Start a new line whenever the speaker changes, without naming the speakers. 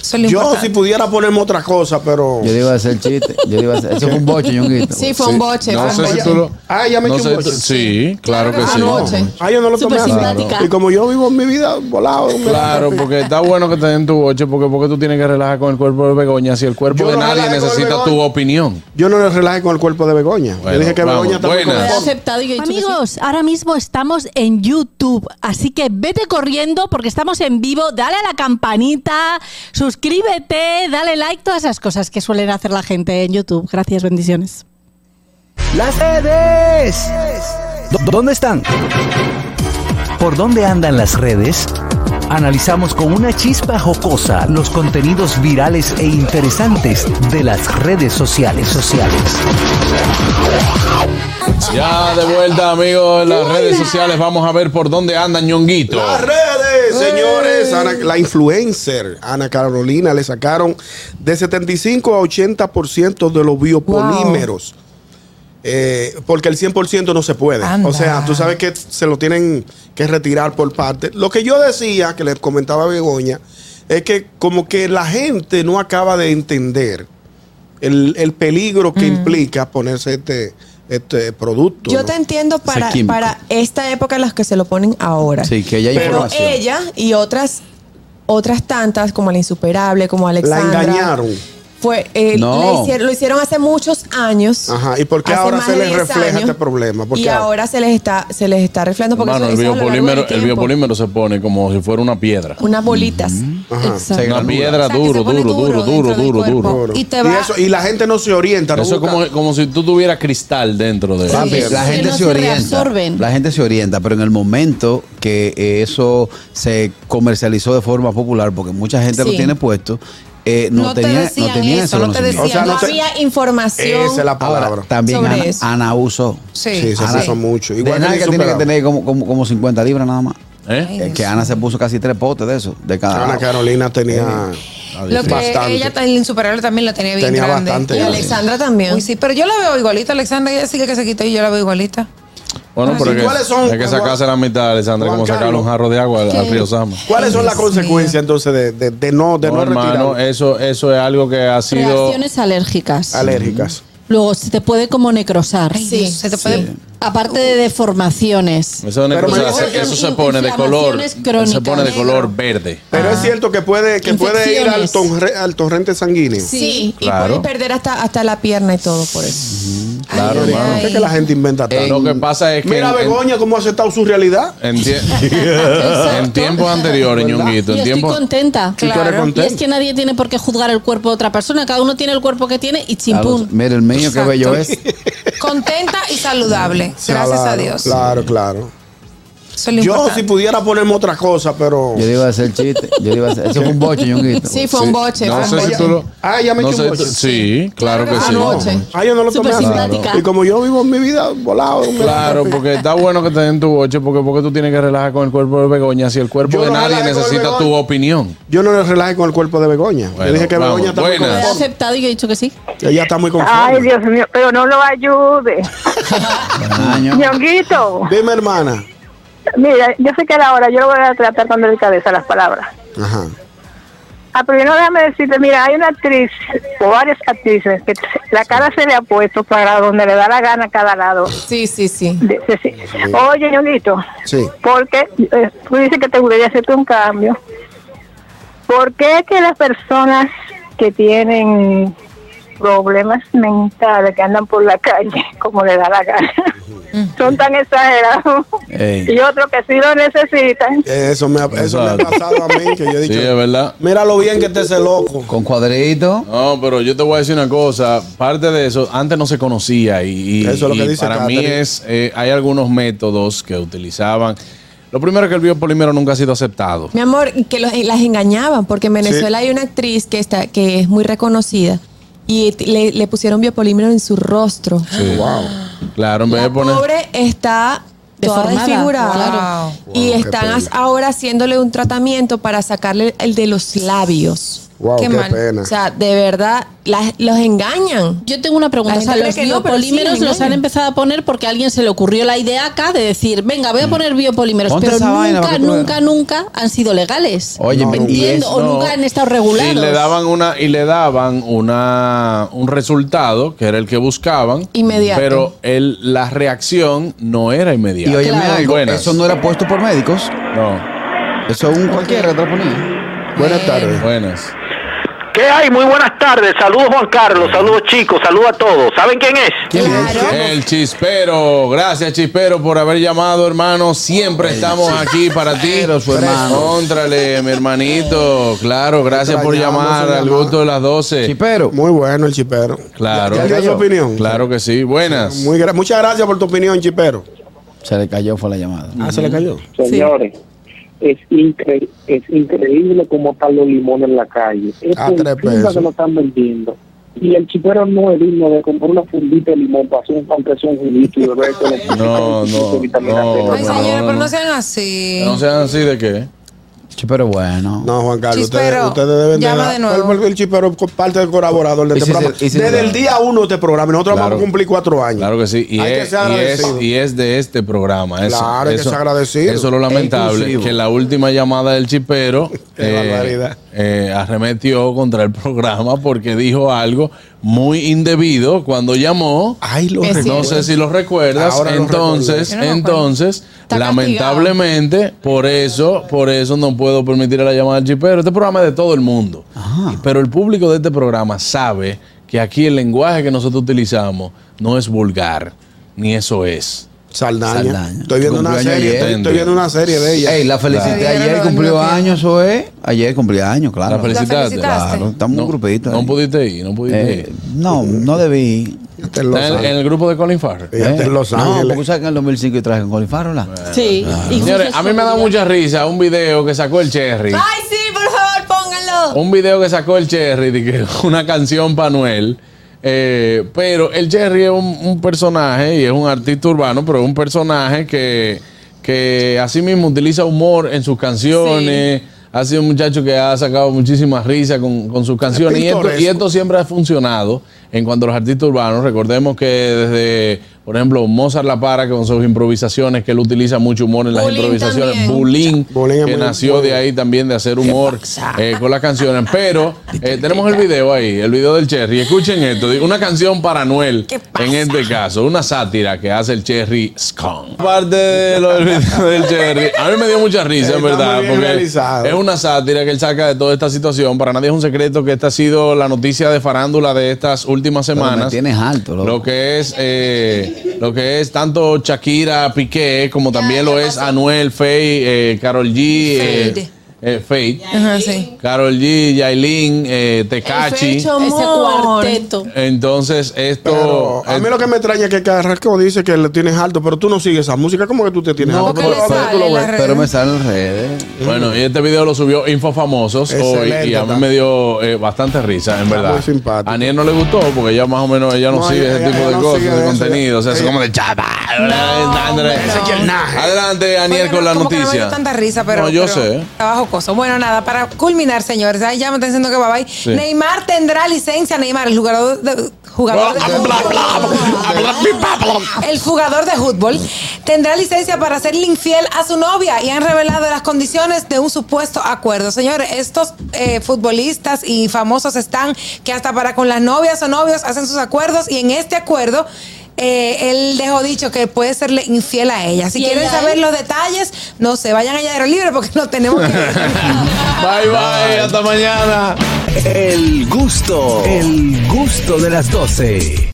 Eso es lo
Yo,
importante.
si pudiera ponerme otra cosa, pero.
Yo le iba a hacer chiste. Yo le iba a hacer, eso fue un boche, ñonguito.
Sí, fue un boche.
No
fue un
sé si
boche.
tú lo.
Ah, ya me
no
eché
sé
un
tú-
boche.
Sí, claro que sí.
Claro que
Ah, yo no lo
Súper
tomé así.
simpática.
Y como yo vivo mi vida volado. me-
Claro, porque está bueno que te den tu boche, porque, porque tú tienes que relajar con el cuerpo de Begoña si el cuerpo
Yo
de
no
nadie
relajo con
necesita
Begoña.
tu opinión.
Yo no le relajé con el cuerpo de Begoña.
Bueno,
le dije que
vamos,
Begoña estaba
buenas.
He
con forma.
aceptado y he dicho que sí.
Amigos, ahora mismo estamos en YouTube, así que vete corriendo porque estamos en vivo, dale a la campanita, suscríbete, dale like, todas esas cosas que suelen hacer la gente en YouTube. Gracias, bendiciones.
Las redes. ¿Dó- ¿Dónde están? ¿Por dónde andan las redes? Analizamos con una chispa jocosa los contenidos virales e interesantes de las redes sociales sociales.
Ya de vuelta, amigos, en las redes sociales vamos a ver por dónde anda ñonguito.
Las redes, señores. Ana- la influencer Ana Carolina le sacaron de 75 a 80% de los biopolímeros. Eh, porque el 100% no se puede.
Anda.
O sea, tú sabes que se lo tienen que retirar por parte. Lo que yo decía, que les comentaba a Begoña, es que como que la gente no acaba de entender el, el peligro que implica ponerse este, este producto.
Mm. Yo
¿no?
te entiendo para,
químico.
para esta época en las que se lo ponen ahora.
Sí, que ya hay
Pero eh,
información.
ella y otras otras tantas como la insuperable, como Alexandra.
La engañaron.
Fue, eh,
No.
le hicieron- lo hicieron hace muchos años.
Ajá, ¿y por qué
hace
ahora
más
se
de
les
10
refleja este problema? ¿Por
Y
qué ahora?
ahora se les está se les está reflejando porque
Hermano,
eso-
el
eso es a lo largo del
biopolímero, el
tiempo.
biopolímero se pone como si fuera una piedra.
unas bolitas.
Ajá.
Exacto.
Se
Una
granula.
piedra
O sea, que
duro,
se pone
duro, duro,
duro
duro,
dentro del
duro,
cuerpo.
duro.
Y te va-
eso- y la gente no se orienta. no
Eso es
busca-
como, como si tú tuvieras cristal dentro de
Papi,
Sí,
la
que
gente
no
se
se
orienta.
reabsorben.
La gente se orienta, pero en el momento que eh, eso se comercializó de forma popular, porque mucha gente lo
Sí.
tiene puesto, eh, no,
No te
tenía,
decían
no
eso,
tenía ese
no te
conocimiento.
O sea,
no,
no se-
había información.
Esa es la
Ahora,
Ah, palabra.
también
Sobre
Ana,
eso.
Ana usó.
Sí.
Sí, se
Ana-
puso mucho.
de
Igual
nada
que
que
el
tiene que
superado.
tener como, como, como 50 libras nada más.
¿Eh?
Es que Ana se puso casi tres potes de eso, de cada
Ana
lado.
Carolina tenía
Eh,
Lo que
bastante.
ella tan insuperable también la tenía bien
Tenía
grande.
bastante.
Y Alexandra también.
Uy, sí, pero yo la veo igualita, Alexandra. Ella sigue que se quitó y yo la veo igualita.
Bueno, pero
¿Y
es que-
cuáles son,
es que sacarse la mitad, Alexandra,
Juan
como sacar
Carlos?
un jarro de agua al, al río Sama.
¿Cuáles son las
Dios
consecuencias entonces de, de- de no, de
No,
no,
hermano,
retirar
eso, eso es algo que ha sido.
Reacciones alérgicas.
alérgicas?
Luego se te puede como necrosar.
Ay, Dios, se te puede.
Aparte de deformaciones.
Eso, es una
Pero
cosa,
me
se-
dicen
eso
que
se pone de color.
inflamaciones
Se pone de
crónicas.
color verde.
Pero
Ah.
es cierto que puede, que puede ir al,
Infecciones.
torre- al torrente sanguíneo.
Sí,
Claro.
y puedes perder hasta, hasta la pierna y todo por eso.
Claro,
Señores,
hermano.
¿por qué que la gente inventa tanto?
Lo que pasa es que.
Mira
en- en-
Begoña cómo ha aceptado su realidad.
En, tie- en tiempos anteriores, ñonguito,
Yo
en
estoy
tiempos.
contenta.
tú eres
Y
contenta.
es que nadie tiene por qué juzgar el cuerpo de otra persona. Cada uno tiene el cuerpo que tiene y
A los-
chimpún.
Mira, el mío, qué bello es.
Contenta y saludable. Gracias
Claro,
a Dios.
Claro, claro.
Eso es lo
Yo
importante.
si pudiera ponerme otra cosa, pero...
Yo le iba a hacer chiste. Yo le iba a hacer, eso fue un boche, ñonguito.
Sí, fue un boche.
No
fue
sé
un
si
boche.
tú lo.
Ah, ya me
no
eché un
sé
boche.
tú- Sí, claro que
Ah,
sí.
no.
Ah, yo no lo
Súper
tomé así.
simpática.
Y como yo vivo mi vida volado. me-
Claro, pues. porque está bueno que te den tu boche, porque, porque tú tienes que relajar con el cuerpo de Begoña si el cuerpo
Yo
de
no
nadie
relajo con
necesita
Begoña.
tu opinión.
Yo no le relajé con el cuerpo de Begoña.
Bueno,
le dije que
vamos,
Begoña está muy
buenas.
Lo he
conforme.
aceptado y yo he dicho que sí.
Ella está muy conforme.
Ay, Dios mío, pero no lo ayude.
Año.
Ñonguito,
Dime, hermana.
mira, yo sé que era hora, yo lo voy a tratar con delicadeza las palabras.
Ajá.
Ah, primero déjame decirte, mira, hay una actriz, o varias actrices, que la cara se le ha puesto para donde le da la gana a cada lado.
Sí, sí, sí.
De- de- sí. Oye, Ñonguito,
Sí.
porque tú dices que te gustaría hacerte un cambio. ¿Por qué es que las personas que tienen problemas mentales, que andan por la calle, como le da la gana, son tan exagerados?
Ey.
Y otros que sí lo necesitan.
Eso me ha, eso me ha
Exacto.
pasado a mí, que yo he
Sí,
dicho.
es verdad.
Mira lo bien que está ese loco.
Con cuadrito.
No, pero yo te voy a decir una cosa. Parte de eso, antes no se conocía y, y-
Eso es lo que
y
dice
para mí
Catherine.
es, eh, hay algunos métodos que utilizaban. Lo primero es que el biopolímero nunca ha sido aceptado.
Mi amor, y que los- las engañaban, porque en Venezuela hay una actriz que está que es muy reconocida y t- le, le pusieron biopolímero en su rostro.
Wow.
Claro, en vez de
La
poner...
pobre está toda
Deformada,
desfigurada.
claro.
Y
Wow, qué
están as-
pena.
ahora haciéndole un tratamiento para sacarle el de los labios.
Wow,
Qué
qué,
mal.
pena.
O sea, de verdad, las- los engañan.
Yo tengo una pregunta.
La
O sea,
gente
los
cree que no, pero sí,
biopolímeros los
engañan.
han empezado a poner porque a alguien se le ocurrió la idea acá de decir, venga, voy a poner biopolímeros,
Ponte
pero
esa vaina para
nunca,
que tú
nunca, nunca han sido legales.
Oye,
No,
y
Entiendo,
es-
o nunca han estado regulados.
Y le daban una y le daban una un resultado que era el que buscaban.
Inmediato.
Pero el, la reacción no era inmediata.
Y óyeme
Claro.
algo,
Buenas.
eso no era puesto por médicos.
No.
Eso es un cualquiera que te lo ponía.
Buenas tardes.
Buenas.
¿Qué hay? Muy buenas tardes. Saludos Juan Carlos, saludos chicos, saludos a todos. ¿Saben quién es?
El chispero. Gracias, chispero, por haber llamado, hermano. Siempre estamos aquí para ti.
su hermano.
Contrale, mi hermanito. Claro, gracias por
Extrañamos
llamar
su
al
llamada.
gusto de las 12.
Chipero.
Muy bueno el chipero.
Claro.
¿Ya, ya dio su opinión?
Claro que sí. Buenas.
Muy gra- muchas gracias por tu opinión, chipero.
Se le cayó, fue la llamada.
Ah, se le cayó.
Señores, es, incre- es increíble cómo están los limones en la calle. Es
A tres
encima
pesos.
que lo están vendiendo. Y el chipero no es digno de comprar una fundita de limón para hacer un pan que sea un juguito y beber con el
No, no, no.
Ay,
no,
señores,
no, no.
pero no sean así.
No sean así de qué.
Chipero bueno.
No, Juan Carlos,
Chispero,
ustedes, ustedes deben
llama
dar-
de nuevo.
El, el chipero es parte del colaborador de
Y
este
si se-
programa.
y si se-
Desde el día uno de este programa, nosotros
Claro.
vamos a cumplir cuatro años.
Claro que sí. Y,
Hay que
es,
ser
y, es,
agradecido.
y es de este programa. Eso,
Claro, hay que
eso-
ser agradecido.
Eso es lo lamentable.
Inclusivo.
Que la última llamada del chipero
Qué barbaridad.
eh, arremetió contra el programa porque dijo algo muy indebido cuando llamó.
Ay, lo
Es
recuerdo.
No sé si lo recuerdas.
Ahora lo
entonces,
recuerdo. Yo no me acuerdo.
entonces,
Está
lamentablemente, por eso, por eso no puedo permitir la llamada del chipero. Este programa es de todo el mundo. Pero el público de este programa sabe que aquí el lenguaje que nosotros utilizamos no es vulgar, ni eso es.
Saldaña.
Saldaña.
Estoy viendo una
Cumpleaños
serie,
ayer.
estoy, estoy viendo una serie de ella.
Ey, la felicité
Claro.
ayer,
Ayer
cumplió
lo- lo-
años, o es. Ayer cumplió años, claro.
La felicitaste.
felicitaste.
Claro, estamos
no,
un grupito.
No
ahí.
pudiste ir, no pudiste
Eh,
ir.
no, no debí. ¿eh?
Está en Los
Está en, en
Ángeles.
el grupo de Colin Farrell.
Ella está en Los
No,
Ángeles.
porque sacan el 2005 y traje con Colifarola.
Sí. Y
Señores,
justo
a mí me da
eso-
mucha risa un video que sacó el Cherry.
Ay, sí, por favor, pónganlo.
Un video que sacó el Cherry, de que una canción para Noel. Eh, pero el Cherry es un, un personaje y es un artista urbano, pero es un personaje que, que así mismo utiliza humor en sus canciones. Ha sido un muchacho que ha sacado muchísimas risas con, con sus canciones. Y esto, y
pintoresco.
esto siempre ha funcionado en cuanto a los artistas urbanos. Recordemos que desde, por ejemplo, Mozart La Para, con sus improvisaciones, que él utiliza mucho humor en las
Bulín
improvisaciones.
también.
Bulín,
Bulín es
que
muy
nació de
bueno.
ahí también de hacer humor eh, con las canciones. Pero eh, tenemos el video ahí, el video del Cherry. Escuchen esto, digo, una canción para Noel, en este caso, una sátira que hace el Cherry Scone. Aparte de lo del video del Cherry, a mí me dio mucha risa,
Está
en verdad,
muy bien
porque
realizado.
es una sátira que él saca de toda esta situación. Para nadie es un secreto que esta ha sido la noticia de farándula de estas últimas
Pero me
semanas.
tienes alto, loco.
Lo que es eh, lo que es tanto Shakira Piqué como también lo es Anuel, Faye, eh, Carol G, eh, eh, Fate,
Ajá, sí.
Carol G, Yailin, eh, Tecachi.
Fecho,
Ese
amor.
cuarteto.
Entonces
Pero
esto
a mí
eh,
lo que me extraña es que Carrasco dice que le tienes alto, pero tú no sigues esa música. ¿Cómo que tú te tienes
No,
alto?
Porque le
pero- pero tú
sale
lo
en
ves,
las redes.
Pero me salen redes.
bueno, y este video lo subió Info Famosos hoy
Excelente,
y a mí
Tata.
me dio eh, bastante risa, en
Está
verdad.
muy simpático.
A Aniel no le gustó porque ella más o menos ella no,
No,
sigue
ella-
ese
ella
tipo de
no sigue
cosas, de
eso,
contenido, o sea, es
ella-
como de chapa. Adelante, Aniel,
Bueno,
con la
como que no me dio
noticia.
tanta risa, pero.
No, yo
pero
sé.
Está bajo coso. Bueno, nada, para culminar, señores, ahí ya me están diciendo que bye bye. Neymar tendrá licencia, Neymar, el jugador de. Jugador de el jugador de fútbol tendrá licencia para serle infiel a su novia y han revelado las condiciones de un supuesto acuerdo. Señores, estos eh, futbolistas y famosos están que hasta para con las novias o novios hacen sus acuerdos y en este acuerdo eh, él dejó dicho que puede serle infiel a ella. Si
¿Y
quieren
ella
saber
él?
los detalles, no se vayan allá de libre porque no tenemos que...
Bye bye, hasta mañana.
El gusto, el gusto de las 12.